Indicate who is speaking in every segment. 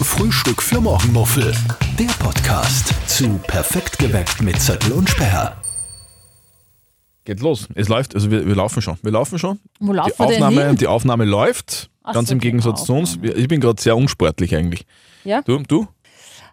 Speaker 1: Frühstück für Morgenmuffel. Der Podcast zu Perfekt geweckt mit Zettel und Sperr.
Speaker 2: Geht los. Es läuft, also wir, wir laufen schon. Wir laufen schon.
Speaker 3: Wo laufen
Speaker 2: die,
Speaker 3: wir denn
Speaker 2: Aufnahme,
Speaker 3: hin?
Speaker 2: die Aufnahme läuft.
Speaker 3: Ach
Speaker 2: ganz
Speaker 3: so,
Speaker 2: im
Speaker 3: die
Speaker 2: Gegensatz zu uns. Ich bin gerade sehr unsportlich eigentlich.
Speaker 3: Ja?
Speaker 2: Du, du?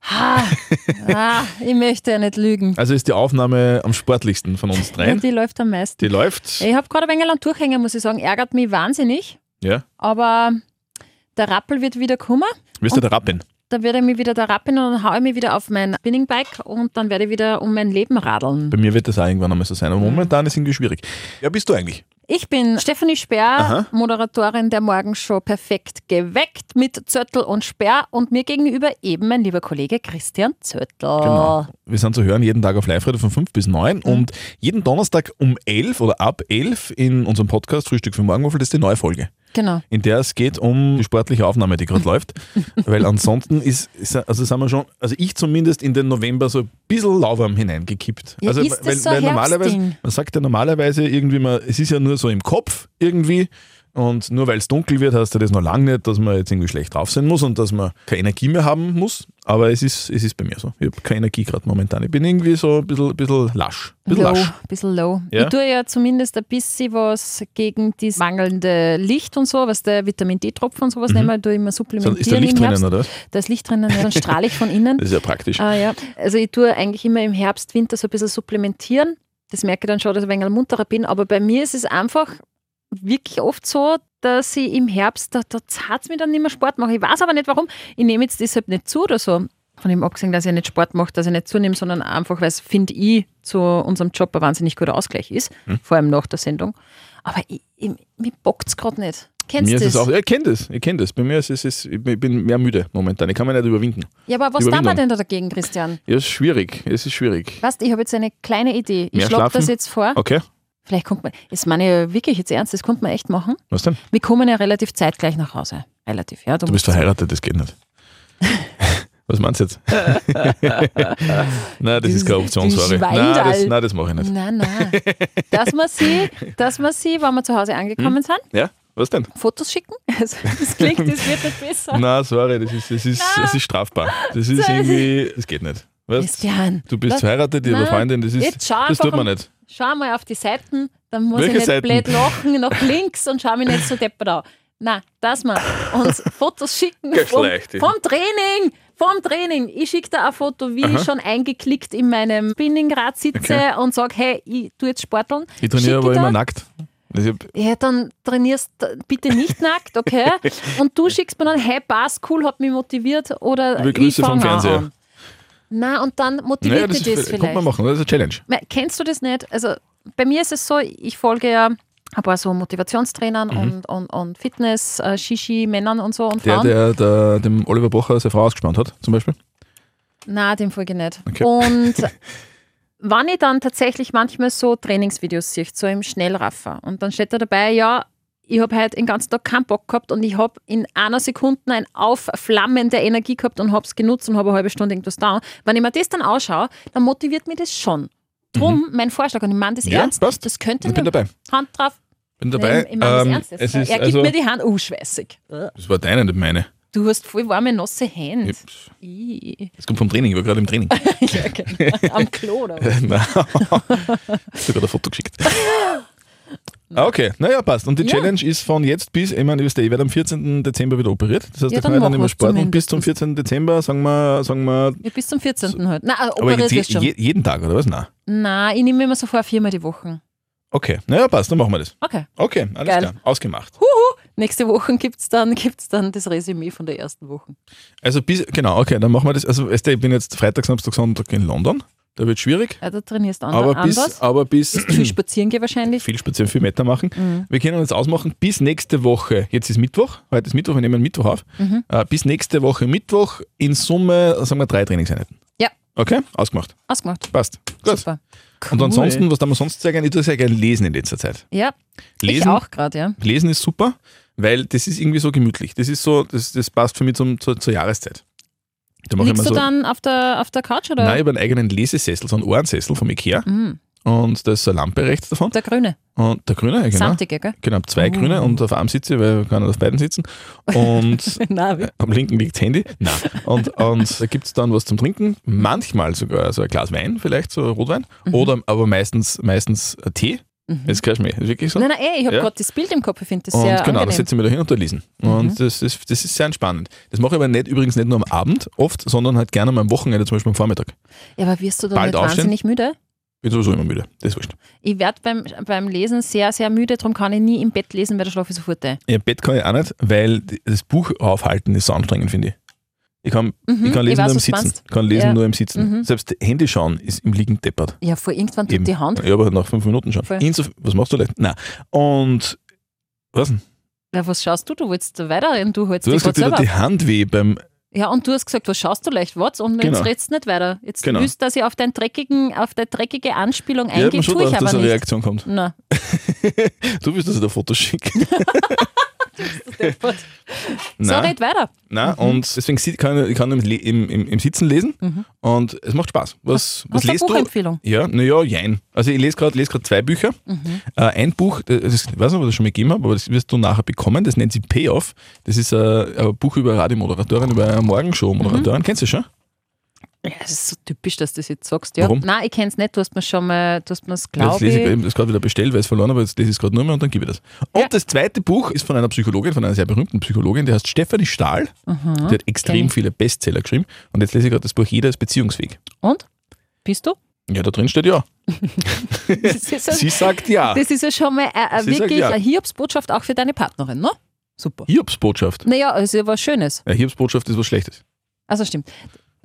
Speaker 3: Ha, ah, ich möchte ja nicht lügen.
Speaker 2: Also ist die Aufnahme am sportlichsten von uns
Speaker 3: Ja,
Speaker 2: dreien.
Speaker 3: die läuft am meisten.
Speaker 2: Die läuft.
Speaker 3: Ich habe gerade ein wenig lang durchhängen, muss ich sagen. Ärgert mich wahnsinnig.
Speaker 2: Ja.
Speaker 3: Aber der Rappel wird wieder kommen.
Speaker 2: Wirst du der Rappen?
Speaker 3: Da werde ich mich wieder da rappen und dann haue ich mich wieder auf mein Spinningbike und dann werde ich wieder um mein Leben radeln.
Speaker 2: Bei mir wird das auch irgendwann einmal so sein.
Speaker 3: Mhm.
Speaker 2: Aber momentan ist irgendwie schwierig. Wer bist du eigentlich?
Speaker 3: Ich bin Stefanie Sperr,
Speaker 2: Aha.
Speaker 3: Moderatorin der Morgenshow Perfekt geweckt mit Zöttl und Sperr und mir gegenüber eben mein lieber Kollege Christian Zöttl.
Speaker 2: Genau.
Speaker 3: Ah.
Speaker 2: Wir sind zu hören jeden Tag auf Live-Radio von 5 bis 9
Speaker 3: Mhm.
Speaker 2: und jeden Donnerstag um 11 oder ab 11 in unserem Podcast Frühstück für Morgenmuffel, das ist die neue Folge.
Speaker 3: genau.
Speaker 2: in der es geht um die sportliche Aufnahme, die gerade läuft. Weil ansonsten ist, ist, also sind wir schon, also ich zumindest in den November so ein bisschen lauwarm hineingekippt.
Speaker 3: Ja,
Speaker 2: also,
Speaker 3: ist das so ein
Speaker 2: normalerweise,
Speaker 3: Herbstding?
Speaker 2: man sagt ja normalerweise irgendwie, man, es ist ja nur so im Kopf irgendwie. Und nur weil es dunkel wird, heißt ja das noch lange nicht, dass man jetzt irgendwie schlecht drauf sein muss und dass man keine Energie mehr haben muss. Aber es ist, es ist bei mir so. Ich habe keine Energie gerade momentan. Ich bin irgendwie so ein bisschen, bisschen lasch. Ein bisschen
Speaker 3: low,
Speaker 2: lasch.
Speaker 3: bisschen low.
Speaker 2: Ja?
Speaker 3: Ich tue ja zumindest ein bisschen was gegen das mangelnde Licht und so, was der Vitamin D-Tropfen und sowas nehmen, tue ich immer
Speaker 2: So,
Speaker 3: supplementieren.
Speaker 2: Mhm. Ist da
Speaker 3: im
Speaker 2: Licht drinnen,
Speaker 3: Herbst.
Speaker 2: oder? was?
Speaker 3: Da ist Licht drinnen, ja, dann strahle ich von innen.
Speaker 2: Das ist ja praktisch.
Speaker 3: Ah, ja. Also ich tue eigentlich immer im Herbst, Winter so ein bisschen supplementieren. Das merke ich dann schon, dass ich ein wenig munterer bin. Aber bei mir ist es einfach wirklich oft so, dass ich im Herbst, da, da zahlt es mir dann nicht mehr Sport mache. Ich weiß aber nicht warum. Ich nehme jetzt deshalb nicht zu oder so. Von dem abgesehen, dass ich nicht Sport mache, dass ich nicht zunehme, sondern einfach, weil es, finde ich, zu unserem Job ein wahnsinnig guter Ausgleich ist.
Speaker 2: Hm.
Speaker 3: Vor allem nach der Sendung. Aber ich, ich, mich bockt es gerade nicht. Kennst
Speaker 2: Mir
Speaker 3: du
Speaker 2: ist
Speaker 3: das?
Speaker 2: es auch, ja, ich kenne das, ich kenne das. Bei mir ist es, ist, ich bin mehr müde momentan. Ich kann mich nicht überwinden.
Speaker 3: ja, aber was tun wir
Speaker 2: Überwindung.
Speaker 3: denn da dagegen, Christian?
Speaker 2: Ja, es ist schwierig, es ist schwierig.
Speaker 3: Weißt, ich habe jetzt eine kleine Idee. Ich
Speaker 2: Mehr
Speaker 3: schlage das
Speaker 2: schlafen?
Speaker 3: jetzt vor.
Speaker 2: Okay,
Speaker 3: Vielleicht kommt man, das meine ich wirklich jetzt ernst, das könnte man echt machen.
Speaker 2: was denn?
Speaker 3: Wir kommen ja relativ zeitgleich nach Hause. Relativ, ja.
Speaker 2: Du bist verheiratet, das geht nicht. Was meinst du jetzt? nein, das ist keine Option,
Speaker 3: Dieses-
Speaker 2: sorry. Nein,
Speaker 3: dieses
Speaker 2: das,
Speaker 3: Schweindal.
Speaker 2: nein, das mache ich nicht.
Speaker 3: Nein, nein. Dass man sie, dass man sie, wenn wir zu Hause angekommen
Speaker 2: Hm?
Speaker 3: sind,
Speaker 2: Ja, was denn?
Speaker 3: Fotos schicken. Also, das klingt, das wird nicht besser.
Speaker 2: Nein, sorry, das ist, das ist, das ist strafbar. Das ist irgendwie, das geht nicht. Weißt?
Speaker 3: Christian,
Speaker 2: Du bist verheiratet, ihr
Speaker 3: Nein,
Speaker 2: Freundin, das
Speaker 3: jetzt
Speaker 2: ist,
Speaker 3: schau
Speaker 2: das tut
Speaker 3: einfach
Speaker 2: man
Speaker 3: um-
Speaker 2: nicht.
Speaker 3: schau mal auf die Seiten, dann muss
Speaker 2: Welche
Speaker 3: ich nicht
Speaker 2: Seiten?
Speaker 3: blöd lachen nach links und schau mich nicht so deppert an. Nein, dass wir uns Fotos schicken
Speaker 2: Ganz
Speaker 3: vom,
Speaker 2: leicht, ja.
Speaker 3: vom Training. Vom Training. Ich schicke dir ein Foto, wie
Speaker 2: Aha.
Speaker 3: ich schon eingeklickt in meinem Spinningrad sitze
Speaker 2: Okay.
Speaker 3: und sage, hey, ich tue jetzt Sporteln.
Speaker 2: Ich trainiere
Speaker 3: Schick
Speaker 2: aber
Speaker 3: dir-
Speaker 2: immer nackt. Das ist-
Speaker 3: Ja, dann trainierst bitte nicht nackt, okay? Und du schickst mir dann, hey, passt, cool, hat mich motiviert oder
Speaker 2: Liebe Grüße
Speaker 3: ich
Speaker 2: vom
Speaker 3: fang auch
Speaker 2: Fernseher.
Speaker 3: an. Na, und dann
Speaker 2: Naja,
Speaker 3: motiviert
Speaker 2: das,
Speaker 3: dich das,
Speaker 2: ist,
Speaker 3: vielleicht.
Speaker 2: kommt man machen, das ist eine Challenge.
Speaker 3: Me- Kennst du das nicht? Also bei mir ist es so, ich folge ja ein paar so Motivationstrainern und, und, und Fitness, äh, Shishi, Männern und so und
Speaker 2: Mhm. Der,
Speaker 3: Frauen.
Speaker 2: der, der dem Oliver Bocher seine Frau ausgespannt hat, zum Beispiel.
Speaker 3: Na, dem folge ich nicht.
Speaker 2: Okay.
Speaker 3: Und wann ich dann tatsächlich manchmal so Trainingsvideos sehe, so im Schnellraffer, und dann steht da dabei, ja, ich habe heute den ganzen Tag keinen Bock gehabt und ich habe in einer Sekunde ein Aufflammen der Energie gehabt und habe es genutzt und habe eine halbe Stunde irgendwas da. Wenn ich mir das dann anschaue, dann motiviert mich das schon. Drum mein Vorschlag und ich meine das
Speaker 2: Mhm. Ja,
Speaker 3: ernst,
Speaker 2: passt.
Speaker 3: das könnte
Speaker 2: Ich bin
Speaker 3: eine
Speaker 2: dabei.
Speaker 3: Hand drauf.
Speaker 2: Bin dabei.
Speaker 3: Nein, ich meine das
Speaker 2: ähm,
Speaker 3: ernst.
Speaker 2: es
Speaker 3: jetzt.
Speaker 2: ist
Speaker 3: er gibt
Speaker 2: also,
Speaker 3: mir die Hand, oh, schweißig.
Speaker 2: das war deine, nicht meine.
Speaker 3: Du hast voll warme, nasse Hände.
Speaker 2: Ups.
Speaker 3: Ih.
Speaker 2: Das kommt vom Training, ich war gerade im Training.
Speaker 3: Ja, genau. Am Klo oder was?
Speaker 2: Nein. Hast du gerade ein Foto geschickt. Ah, Okay, naja, passt. Und die
Speaker 3: Ja.
Speaker 2: Challenge ist von jetzt bis, ich meine, ihr wisst ja, ich werde am 14. Dezember wieder operiert. Das heißt,
Speaker 3: Ja,
Speaker 2: da kann
Speaker 3: dann
Speaker 2: ich dann
Speaker 3: mach
Speaker 2: immer
Speaker 3: was
Speaker 2: Sport und bis
Speaker 3: zumindest.
Speaker 2: zum 14. Dezember, sagen wir, sagen wir
Speaker 3: Ja, bis zum 14. halt. Nein, äh,
Speaker 2: aber
Speaker 3: operiert
Speaker 2: jetzt je,
Speaker 3: ist schon.
Speaker 2: je, jeden Tag, oder was? Nein.
Speaker 3: Nein, ich nehme immer so vor viermal die Woche.
Speaker 2: Okay, naja, passt, dann machen wir das.
Speaker 3: Okay.
Speaker 2: Okay, alles
Speaker 3: Geil.
Speaker 2: klar, ausgemacht.
Speaker 3: Nächste Woche gibt es dann, gibt's dann das Resümee von der ersten Woche.
Speaker 2: Also bis, genau, okay, dann machen wir das. Also, weißt du, ich bin jetzt Freitag, Samstag, Sonntag in London. Da wird schwierig.
Speaker 3: Ja, da trainierst du ander-
Speaker 2: Aber bis,
Speaker 3: anders.
Speaker 2: aber bis
Speaker 3: Viel Mhm. spazieren gehen wahrscheinlich.
Speaker 2: viel spazieren, viel Meter machen. Wir können uns ausmachen, bis nächste Woche, jetzt ist Mittwoch, heute ist Mittwoch, wir nehmen Mittwoch auf,
Speaker 3: Mhm.
Speaker 2: äh, bis nächste Woche Mittwoch in Summe, sagen wir, drei Trainingseinheiten.
Speaker 3: Ja,
Speaker 2: Okay, ausgemacht,
Speaker 3: ausgemacht.
Speaker 2: passt. Gut.
Speaker 3: Super.
Speaker 2: Und ansonsten, was darf man sonst sagen? Ich tue sehr gerne lesen in letzter Zeit.
Speaker 3: Ja, ich
Speaker 2: Lesen,
Speaker 3: auch gerade, ja.
Speaker 2: lesen ist super, weil das ist irgendwie so gemütlich. Das ist so, das, das passt für mich zum, zur, zur Jahreszeit. Da mach ich
Speaker 3: Liegst
Speaker 2: immer
Speaker 3: du
Speaker 2: so,
Speaker 3: dann auf der, auf der Couch oder?
Speaker 2: nein, über einen eigenen Lesesessel, so einen Ohrensessel vom Ikea.
Speaker 3: Mhm.
Speaker 2: und da ist so eine Lampe rechts davon.
Speaker 3: Der grüne,
Speaker 2: Und der grüne, ja, genau.
Speaker 3: samtige, gell?
Speaker 2: Genau, zwei
Speaker 3: Oh.
Speaker 2: grüne und auf einem sitze, ich, weil kann nicht auf beiden sitzen. Und
Speaker 3: Nein, wie-
Speaker 2: am linken liegt das Handy. Nein. Und, und da gibt es dann was zum Trinken. Manchmal sogar so ein Glas Wein, vielleicht, so Rotwein. Oder aber meistens, meistens ein Tee.
Speaker 3: Mhm.
Speaker 2: Das ist kein Schmäh. Ist wirklich so.
Speaker 3: Nein, nein, ey, ich habe
Speaker 2: Ja.
Speaker 3: gerade das Bild im Kopf, ich finde das
Speaker 2: Und
Speaker 3: sehr
Speaker 2: genau, da
Speaker 3: angenehm. Mhm.
Speaker 2: sitze ich mir da hin und da lesen. Und das, ist, das ist sehr entspannend. Das mache ich aber nicht, übrigens nicht nur am Abend oft, sondern halt gerne mal am Wochenende, zum Beispiel am Vormittag.
Speaker 3: ja, aber wirst du dann
Speaker 2: Bald
Speaker 3: nicht
Speaker 2: aufstehen?
Speaker 3: wahnsinnig müde?
Speaker 2: Bin sowieso immer müde. Das ist wurscht.
Speaker 3: Ich werde beim, beim Lesen sehr, sehr müde, darum kann ich nie im Bett lesen, weil da schlafe ich sofort ein.
Speaker 2: Ja, Bett kann ich auch nicht, weil das Buch aufhalten ist so anstrengend, finde ich. Ich kann,
Speaker 3: Mhm,
Speaker 2: ich kann lesen
Speaker 3: ich
Speaker 2: nur
Speaker 3: weiß,
Speaker 2: im
Speaker 3: was du
Speaker 2: Sitzen.
Speaker 3: meinst.
Speaker 2: kann lesen
Speaker 3: Ja.
Speaker 2: nur im Sitzen.
Speaker 3: Mhm.
Speaker 2: Selbst Handy schauen ist im Liegen deppert.
Speaker 3: Ja, vor irgendwann tut
Speaker 2: Eben.
Speaker 3: die Hand.
Speaker 2: Ja, aber nach fünf Minuten schon.
Speaker 3: Voll.
Speaker 2: Insof was machst du leicht? Nein. Und was denn?
Speaker 3: Ja, was schaust du? Du willst weiterreden, du hältst
Speaker 2: Du
Speaker 3: dich
Speaker 2: hast
Speaker 3: gerade
Speaker 2: gesagt, dir
Speaker 3: selber.
Speaker 2: tut die Hand weh beim.
Speaker 3: Ja, und du hast gesagt, was schaust du leicht? Was? Und
Speaker 2: Genau.
Speaker 3: jetzt redst du nicht weiter. Jetzt
Speaker 2: Genau.
Speaker 3: willst du, dass ich auf, deinen dreckigen, auf deine dreckige Anspielung
Speaker 2: Ja, hat
Speaker 3: eingehe,
Speaker 2: man schon
Speaker 3: tue ich
Speaker 2: gedacht, dass
Speaker 3: aber
Speaker 2: eine
Speaker 3: nicht.
Speaker 2: Reaktion kommt.
Speaker 3: Nein,
Speaker 2: Du willst, dass ich dir Fotos schicke.
Speaker 3: das ist deppert. so,
Speaker 2: Nein.
Speaker 3: red weiter.
Speaker 2: Nein,
Speaker 3: Mhm.
Speaker 2: und deswegen sit- kann ich, ich kann im, Le- im, im, im Sitzen lesen und es macht Spaß. Was, was
Speaker 3: hast du eine
Speaker 2: lest du?
Speaker 3: Buchempfehlung?
Speaker 2: Ja, naja, jein. Also ich lese gerade lese grad zwei Bücher.
Speaker 3: Mhm.
Speaker 2: Äh, ein Buch, das, ich weiß nicht, ob ich das schon mal gegeben habe, aber das wirst du nachher bekommen, das nennt sich Payoff. Das ist ein, ein Buch über eine Radiomoderatorin, über eine
Speaker 3: Mhm.
Speaker 2: Morgenshow-Moderatorin. Kennst du das schon?
Speaker 3: Ja, das ist so typisch, dass du das jetzt sagst. Ja.
Speaker 2: Warum?
Speaker 3: Nein, ich kenne es nicht, du hast mir schon mal, du hast mir es
Speaker 2: Jetzt
Speaker 3: glaube
Speaker 2: lese ich
Speaker 3: ich.
Speaker 2: eben das gerade wieder bestellt, weil ich es verloren habe, jetzt lese ich es gerade nur mehr und dann gebe ich das. Und
Speaker 3: Ja.
Speaker 2: das zweite Buch ist von einer Psychologin, von einer sehr berühmten Psychologin, die heißt Stefanie Stahl.
Speaker 3: Mhm.
Speaker 2: Die hat
Speaker 3: kenn
Speaker 2: extrem
Speaker 3: ich.
Speaker 2: viele Bestseller geschrieben. Und jetzt lese ich gerade das Buch Jeder ist beziehungsfähig.
Speaker 3: Und? Bist du?
Speaker 2: Ja, da drin steht ja.
Speaker 3: Das ist ja,
Speaker 2: Sie sagt ja.
Speaker 3: das ist ja schon mal äh, äh,
Speaker 2: Sie sagt
Speaker 3: wirklich
Speaker 2: Ah. ja.
Speaker 3: eine Hiobsbotschaft auch für deine Partnerin, ne? Super.
Speaker 2: Hiobsbotschaft.
Speaker 3: Naja, es ist ja was Schönes.
Speaker 2: Eine Hiobsbotschaft ist was Schlechtes.
Speaker 3: Also stimmt.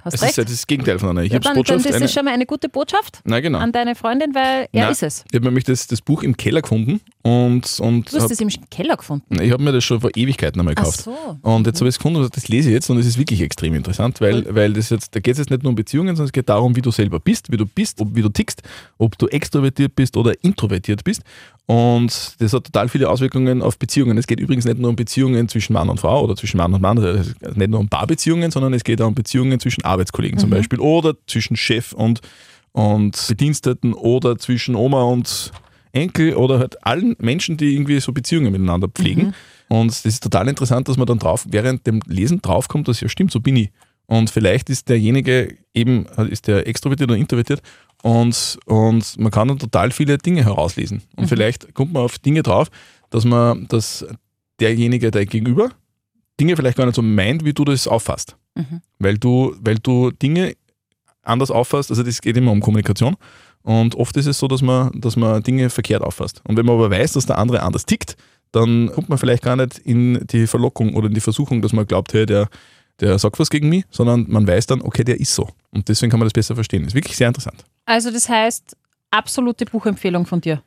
Speaker 3: Hast
Speaker 2: Es
Speaker 3: recht.
Speaker 2: ist ja das Gegenteil von einer
Speaker 3: Ja, dann, dann
Speaker 2: Hiobsbotschaft.
Speaker 3: das
Speaker 2: Eine,
Speaker 3: ist schon mal eine gute Botschaft
Speaker 2: na genau.
Speaker 3: an deine Freundin, weil er
Speaker 2: Nein.
Speaker 3: ist es.
Speaker 2: Ich habe nämlich das, das Buch im Keller gefunden und, und
Speaker 3: Du hast
Speaker 2: hab,
Speaker 3: es im Keller gefunden.
Speaker 2: ich habe mir das schon vor Ewigkeiten einmal
Speaker 3: Ach
Speaker 2: gekauft.
Speaker 3: so.
Speaker 2: Und jetzt habe ich es gefunden, und das lese ich jetzt und es ist wirklich extrem interessant, weil, weil das jetzt, da geht es jetzt nicht nur um Beziehungen, sondern es geht darum, wie du selber bist, wie du bist, ob, wie du tickst, ob du extrovertiert bist oder introvertiert bist. Und das hat total viele Auswirkungen auf Beziehungen. Es geht übrigens nicht nur um Beziehungen zwischen Mann und Frau oder zwischen Mann und Mann, also nicht nur um Paarbeziehungen, sondern es geht auch um Beziehungen zwischen Arbeitskollegen zum Beispiel oder zwischen Chef und, und Bediensteten oder zwischen Oma und Enkel oder halt allen Menschen, die irgendwie so Beziehungen miteinander pflegen. Und das ist total interessant, dass man dann drauf, während dem Lesen draufkommt, dass ja stimmt, so bin ich. Und vielleicht ist derjenige eben, ist der extrovertiert oder introvertiert und, und man kann dann total viele Dinge herauslesen. Und vielleicht kommt man auf Dinge drauf, dass man, dass derjenige, der gegenüber, Dinge vielleicht gar nicht so meint, wie du das auffasst.
Speaker 3: Mhm.
Speaker 2: Weil du, weil du Dinge anders auffasst, also das geht immer um Kommunikation. Und oft ist es so, dass man, dass man Dinge verkehrt auffasst. Und wenn man aber weiß, dass der andere anders tickt, dann kommt man vielleicht gar nicht in die Verlockung oder in die Versuchung, dass man glaubt, hey, der, der sagt was gegen mich, sondern man weiß dann, okay, der ist so. Und deswegen kann man das besser verstehen. Ist wirklich sehr interessant.
Speaker 3: Also das heißt, absolute Buchempfehlung von dir.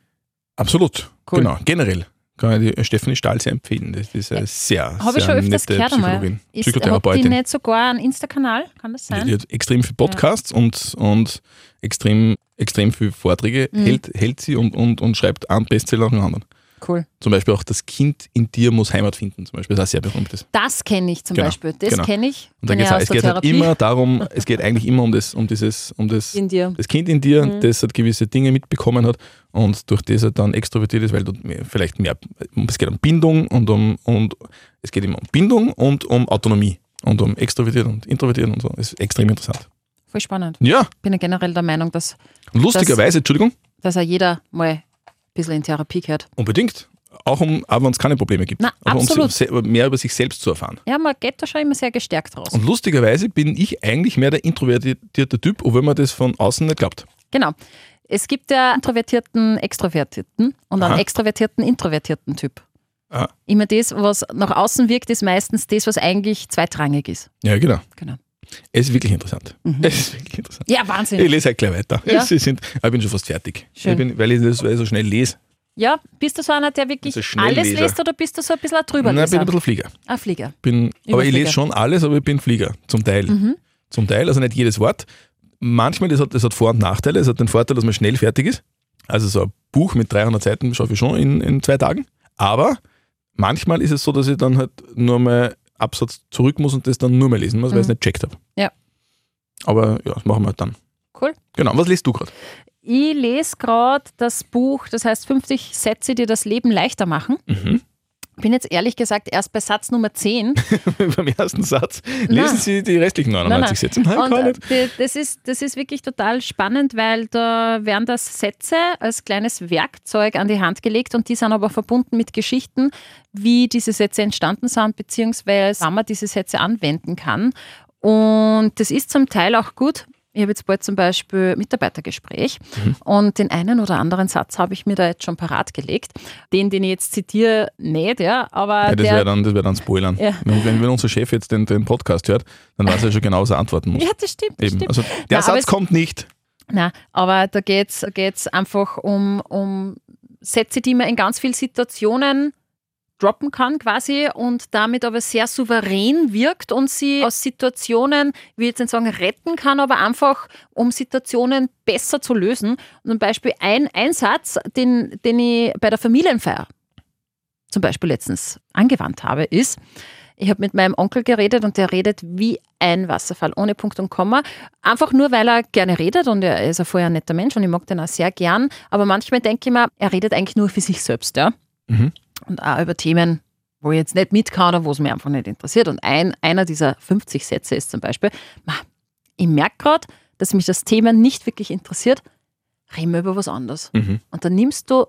Speaker 2: Absolut.
Speaker 3: Cool.
Speaker 2: Genau, generell. Kann ich die Stefanie Stahl sehr empfehlen. Das ist eine
Speaker 3: Ja.
Speaker 2: sehr,
Speaker 3: Habe
Speaker 2: sehr
Speaker 3: ich schon öfters
Speaker 2: nette
Speaker 3: gehört einmal.
Speaker 2: Psychologin,
Speaker 3: Ist, hat die
Speaker 2: Psychotherapeutin.
Speaker 3: nicht sogar einen Insta-Kanal? Kann das sein?
Speaker 2: Die hat extrem viele Podcasts und, und extrem, extrem viele Vorträge
Speaker 3: Mhm.
Speaker 2: hält, hält sie und, und, und schreibt einen Bestseller nach dem anderen.
Speaker 3: Cool.
Speaker 2: Zum Beispiel auch das Kind in dir muss Heimat finden, zum Beispiel. Das ist auch sehr berühmtes.
Speaker 3: Das kenne ich zum
Speaker 2: Genau,
Speaker 3: Beispiel. Das
Speaker 2: genau.
Speaker 3: kenne ich.
Speaker 2: Und da
Speaker 3: Bin
Speaker 2: geht's
Speaker 3: ja
Speaker 2: auch,
Speaker 3: aus
Speaker 2: es
Speaker 3: der
Speaker 2: geht halt
Speaker 3: Therapie
Speaker 2: immer darum, es geht eigentlich immer um das, um dieses, um das,
Speaker 3: in Mhm. dir.
Speaker 2: das Kind in dir, das halt gewisse Dinge mitbekommen hat und durch das er dann extrovertiert ist, weil du mehr, vielleicht mehr, es geht um Bindung und um, und es geht immer um Bindung und um Autonomie und um extrovertiert und introvertiert und so. Ist extrem interessant.
Speaker 3: Voll spannend.
Speaker 2: Ja,
Speaker 3: Ich bin ja generell der Meinung, dass,
Speaker 2: und lustigerweise, Entschuldigung,
Speaker 3: dass auch jeder mal ein bisschen in Therapie gehört.
Speaker 2: unbedingt. Auch um, aber wenn es keine Probleme gibt.
Speaker 3: Na,
Speaker 2: aber um
Speaker 3: absolut.
Speaker 2: se- mehr über sich selbst zu erfahren.
Speaker 3: Ja, man geht da schon immer sehr gestärkt raus.
Speaker 2: Und lustigerweise bin ich eigentlich mehr der introvertierte Typ, obwohl man das von außen nicht glaubt.
Speaker 3: Genau. Es gibt ja introvertierten, extrovertierten und einen
Speaker 2: Aha. Ah.
Speaker 3: extrovertierten, introvertierten Typ.
Speaker 2: Aha.
Speaker 3: Immer das, was nach außen wirkt, ist meistens das, was eigentlich zweitrangig ist.
Speaker 2: Ja, genau.
Speaker 3: Genau.
Speaker 2: Es ist wirklich interessant. Es ist wirklich interessant.
Speaker 3: Mhm. Ja,
Speaker 2: Ich
Speaker 3: Wahnsinn.
Speaker 2: lese halt gleich weiter.
Speaker 3: Ja.
Speaker 2: Sie sind, ich bin schon fast fertig.
Speaker 3: Schön.
Speaker 2: Ich bin, weil, ich das, weil ich so schnell lese.
Speaker 3: Ja, bist du so einer, der wirklich
Speaker 2: Also Schnellleser.
Speaker 3: alles liest oder bist du so ein bisschen ein
Speaker 2: Nein, ich bin ein
Speaker 3: Drüberleser?
Speaker 2: bisschen Flieger.
Speaker 3: Ein Flieger.
Speaker 2: Bin, aber ich
Speaker 3: Überflieger. Mhm.
Speaker 2: lese schon alles, aber ich bin Flieger. Zum Teil. Zum Teil, also nicht jedes Wort. Manchmal, das hat, das hat Vor- und Nachteile. Es hat den Vorteil, dass man schnell fertig ist. Also so ein Buch mit 300 Seiten schaffe ich schon in, in zwei Tagen. Aber manchmal ist es so, dass ich dann halt nur mal Absatz zurück muss und das dann nur mehr lesen muss, weil ich es nicht checkt habe.
Speaker 3: Mhm. Ja.
Speaker 2: Aber ja, das machen wir halt dann.
Speaker 3: Cool.
Speaker 2: Genau, was liest du gerade?
Speaker 3: Ich lese gerade das Buch, das heißt 50 Sätze, die das Leben leichter machen.
Speaker 2: Mhm.
Speaker 3: Bin jetzt ehrlich gesagt erst bei Satz Nummer 10.
Speaker 2: Beim ersten Satz lesen
Speaker 3: Nein.
Speaker 2: Sie die restlichen 99 Sätze. Nein,
Speaker 3: Und
Speaker 2: gar
Speaker 3: äh,
Speaker 2: nicht.
Speaker 3: d- das ist, das ist wirklich total spannend, weil da werden das Sätze als kleines Werkzeug an die Hand gelegt und die sind aber verbunden mit Geschichten, wie diese Sätze entstanden sind, beziehungsweise wann man diese Sätze anwenden kann. Und das ist zum Teil auch gut. Ich habe jetzt bald zum Beispiel Mitarbeitergespräch
Speaker 2: Mhm.
Speaker 3: und den einen oder anderen Satz habe ich mir da jetzt schon parat gelegt. Den, den ich jetzt zitiere, nicht, ja, aber
Speaker 2: Ja, das
Speaker 3: Äh, der,
Speaker 2: wäre dann, das wär dann Spoilern.
Speaker 3: Ja.
Speaker 2: Wenn, wenn, wenn unser Chef jetzt den, den Podcast hört, dann weiß er schon genau, was er antworten muss.
Speaker 3: ja, das stimmt. das
Speaker 2: Eben.
Speaker 3: stimmt.
Speaker 2: Also der
Speaker 3: aber
Speaker 2: Satz
Speaker 3: es-
Speaker 2: kommt nicht.
Speaker 3: Nein, aber da geht es geht's einfach um, um Sätze, die man in ganz vielen Situationen droppen kann quasi und damit aber sehr souverän wirkt und sie aus Situationen, wie jetzt nicht sagen, retten kann, aber einfach um Situationen besser zu lösen. Und zum Beispiel ein, ein Satz, den, den ich bei der Familienfeier zum Beispiel letztens angewandt habe, ist, ich habe mit meinem Onkel geredet und der redet wie ein Wasserfall, ohne Punkt und Komma. Einfach nur, weil er gerne redet und er ist ja vorher ein netter Mensch und ich mag den auch sehr gern. Aber manchmal denke ich mir, er redet eigentlich nur für sich selbst, ja.
Speaker 2: Mhm.
Speaker 3: Und auch über Themen, wo ich jetzt nicht mit kann oder wo es mir einfach nicht interessiert. Und ein, einer dieser 50 Sätze ist zum Beispiel, "Ma, ich merke gerade, dass mich das Thema nicht wirklich interessiert, reden wir über was anderes.
Speaker 2: Mhm.
Speaker 3: Und dann nimmst du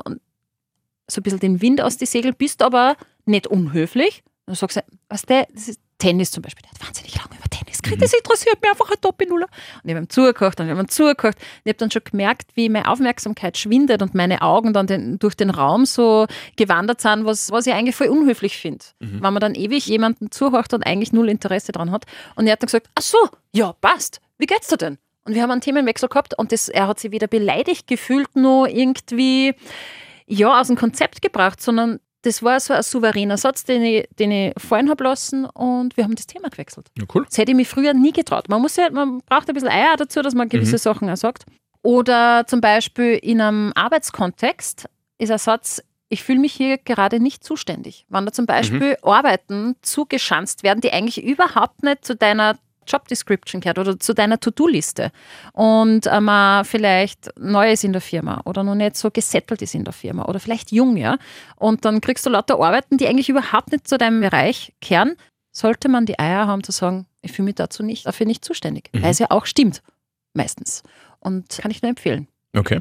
Speaker 3: so ein bisschen den Wind aus die Segel, bist aber nicht unhöflich. Und sagst, du, weißt du, das ist Tennis zum Beispiel, der hat wahnsinnig lange über Tennis geredet, das interessiert mich einfach ein Doppelnuller. Und ich habe ihm zugekocht und ich habe ihm zugekocht. Und ich habe dann schon gemerkt, wie meine Aufmerksamkeit schwindet und meine Augen dann den, durch den Raum so gewandert sind, was, was ich eigentlich voll unhöflich finde. Wenn man dann ewig jemandem zuhört und eigentlich null Interesse dran hat. Und er hat dann gesagt, ach so, ja, passt, wie geht's dir denn? Und wir haben einen Themenwechsel gehabt und das, er hat sich weder beleidigt gefühlt, noch irgendwie ja, aus dem Konzept gebracht, sondern das war so ein souveräner Satz, den ich, den ich fallen habe lassen und wir haben das Thema gewechselt.
Speaker 2: Ja, cool.
Speaker 3: Das hätte ich mich früher nie getraut. Man, muss ja, man braucht ein bisschen Eier dazu, dass man gewisse
Speaker 2: Mhm.
Speaker 3: Sachen auch sagt. Oder zum Beispiel in einem Arbeitskontext ist ein Satz, ich fühle mich hier gerade nicht zuständig. Wenn da zum Beispiel Arbeiten zugeschanzt werden, die eigentlich überhaupt nicht zu deiner Job Description gehört oder zu deiner To-Do-Liste und äh, man vielleicht neu ist in der Firma oder noch nicht so gesettelt ist in der Firma oder vielleicht jung, ja. Und dann kriegst du lauter Arbeiten, die eigentlich überhaupt nicht zu deinem Bereich kehren sollte man die Eier haben zu sagen, ich fühle mich dazu nicht, dafür nicht zuständig.
Speaker 2: Mhm.
Speaker 3: Weil es ja auch stimmt, meistens. Und kann ich nur empfehlen.
Speaker 2: Okay.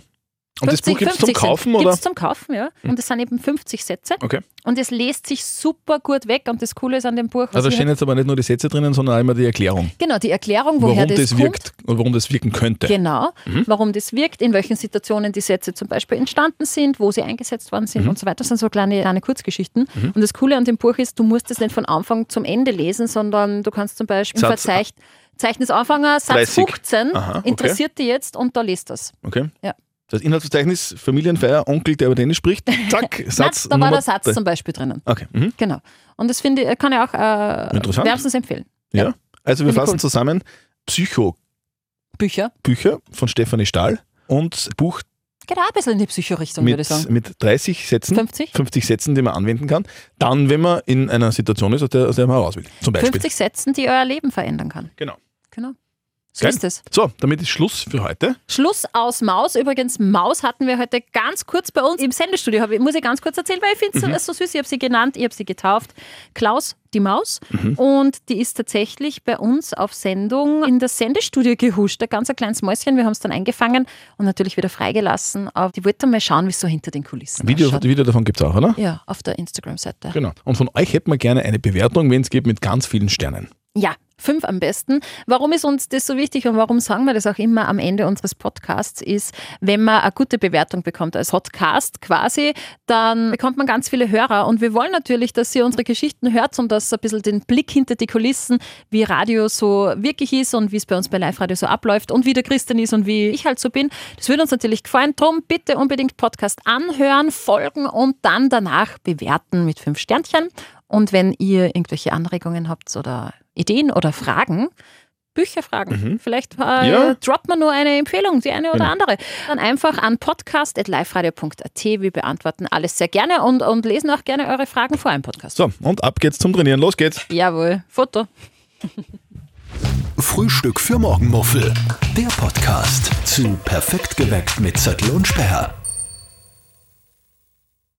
Speaker 2: Und das Buch gibt es zum
Speaker 3: 50
Speaker 2: Kaufen,
Speaker 3: sind,
Speaker 2: oder? Mhm.
Speaker 3: Gibt's zum Kaufen, ja. Und es sind eben 50 Sätze.
Speaker 2: Okay.
Speaker 3: Und es lässt sich super gut weg. Und das Coole ist an dem Buch, was
Speaker 2: Also da
Speaker 3: ich
Speaker 2: stehen jetzt aber nicht nur die Sätze drinnen, sondern auch immer die Erklärung,
Speaker 3: halt- genau, die Erklärung, woher
Speaker 2: warum
Speaker 3: das,
Speaker 2: das
Speaker 3: kommt.
Speaker 2: wirkt und warum das wirken könnte.
Speaker 3: Genau,
Speaker 2: Mhm.
Speaker 3: warum das wirkt, in welchen Situationen die Sätze zum Beispiel entstanden sind, wo sie eingesetzt worden sind
Speaker 2: Mhm.
Speaker 3: und so weiter. Das sind so kleine, kleine Kurzgeschichten. Und das Coole an dem Buch ist, du musst es nicht von Anfang zum Ende lesen, sondern du kannst zum Beispiel im
Speaker 2: Satz-
Speaker 3: Verzeichnis Zeichnis Anfänger,
Speaker 2: 30.
Speaker 3: Satz 15,
Speaker 2: Aha, okay.
Speaker 3: interessiert dich jetzt und da lest das.
Speaker 2: Okay.
Speaker 3: Ja.
Speaker 2: Das Inhaltsverzeichnis, Familienfeier, Onkel, der über Tennis spricht. Zack, Satz.
Speaker 3: Nein, da war
Speaker 2: Nummer
Speaker 3: der Satz
Speaker 2: drei.
Speaker 3: zum Beispiel drinnen.
Speaker 2: Okay. Mhm.
Speaker 3: Genau. Und das finde ich, kann ich auch äh,
Speaker 2: Interessant.
Speaker 3: wärmstens empfehlen.
Speaker 2: Ja. Also wir
Speaker 3: Finde ich
Speaker 2: fassen
Speaker 3: cool.
Speaker 2: zusammen Psycho-Bücher
Speaker 3: Bücher.
Speaker 2: von Stefanie Stahl und Buch
Speaker 3: Geht auch ein bisschen in die Psycho-Richtung, würde ich
Speaker 2: mit,
Speaker 3: sagen.
Speaker 2: mit 30 Sätzen.
Speaker 3: 50?
Speaker 2: 50 Sätzen, die man anwenden kann, dann, wenn man in einer Situation ist, aus der, aus der man raus will. Zum Beispiel.
Speaker 3: 50 Sätzen, die euer Leben verändern kann.
Speaker 2: Genau.
Speaker 3: Genau. So
Speaker 2: Geil.
Speaker 3: ist es.
Speaker 2: So, damit ist Schluss für heute.
Speaker 3: Schluss aus Maus. Übrigens, Maus hatten wir heute ganz kurz bei uns im Sendestudio. Hab ich- Muss ich ganz kurz erzählen, weil ich finde es so süß. Ich habe sie genannt, ich habe sie getauft. Klaus, die Maus. Und die ist tatsächlich bei uns auf Sendung in das Sendestudio gehuscht. Ein ganz ein kleines Mäuschen. Wir haben es dann eingefangen und natürlich wieder freigelassen. Aber die wollte mal schauen, wie es so hinter den Kulissen
Speaker 2: Video,
Speaker 3: ausschaut.
Speaker 2: Ah, Video davon gibt es auch, oder?
Speaker 3: Ja, auf der Instagram-Seite.
Speaker 2: Genau. Und von euch hätten wir gerne eine Bewertung, wenn es geht, mit ganz vielen Sternen.
Speaker 3: Ja, fünf am besten. Warum ist uns das so wichtig und warum sagen wir das auch immer am Ende unseres Podcasts ist, wenn man eine gute Bewertung bekommt als Podcast quasi, dann bekommt man ganz viele Hörer und wir wollen natürlich, dass ihr unsere Geschichten hört und dass ein bisschen den Blick hinter die Kulissen, wie Radio so wirklich ist und wie es bei uns bei Live Radio so abläuft und wie der Christian ist und wie ich halt so bin. Das würde uns natürlich gefallen. Drum bitte unbedingt Podcast anhören, folgen und dann danach bewerten mit fünf Sternchen. Und wenn ihr irgendwelche Anregungen habt oder Ideen oder Fragen, Bücherfragen, vielleicht äh,
Speaker 2: Mhm. Ja.
Speaker 3: droppt man nur eine Empfehlung, die eine oder
Speaker 2: Genau.
Speaker 3: andere. Dann einfach an podcast.liferadio.at. Wir beantworten alles sehr gerne und, und lesen auch gerne eure Fragen vor einem Podcast.
Speaker 2: So, und ab geht's zum Trainieren. Los geht's.
Speaker 3: Jawohl, Foto.
Speaker 1: Frühstück für Morgenmuffel. Der Podcast zu Perfekt geweckt mit Zettel und Sperr.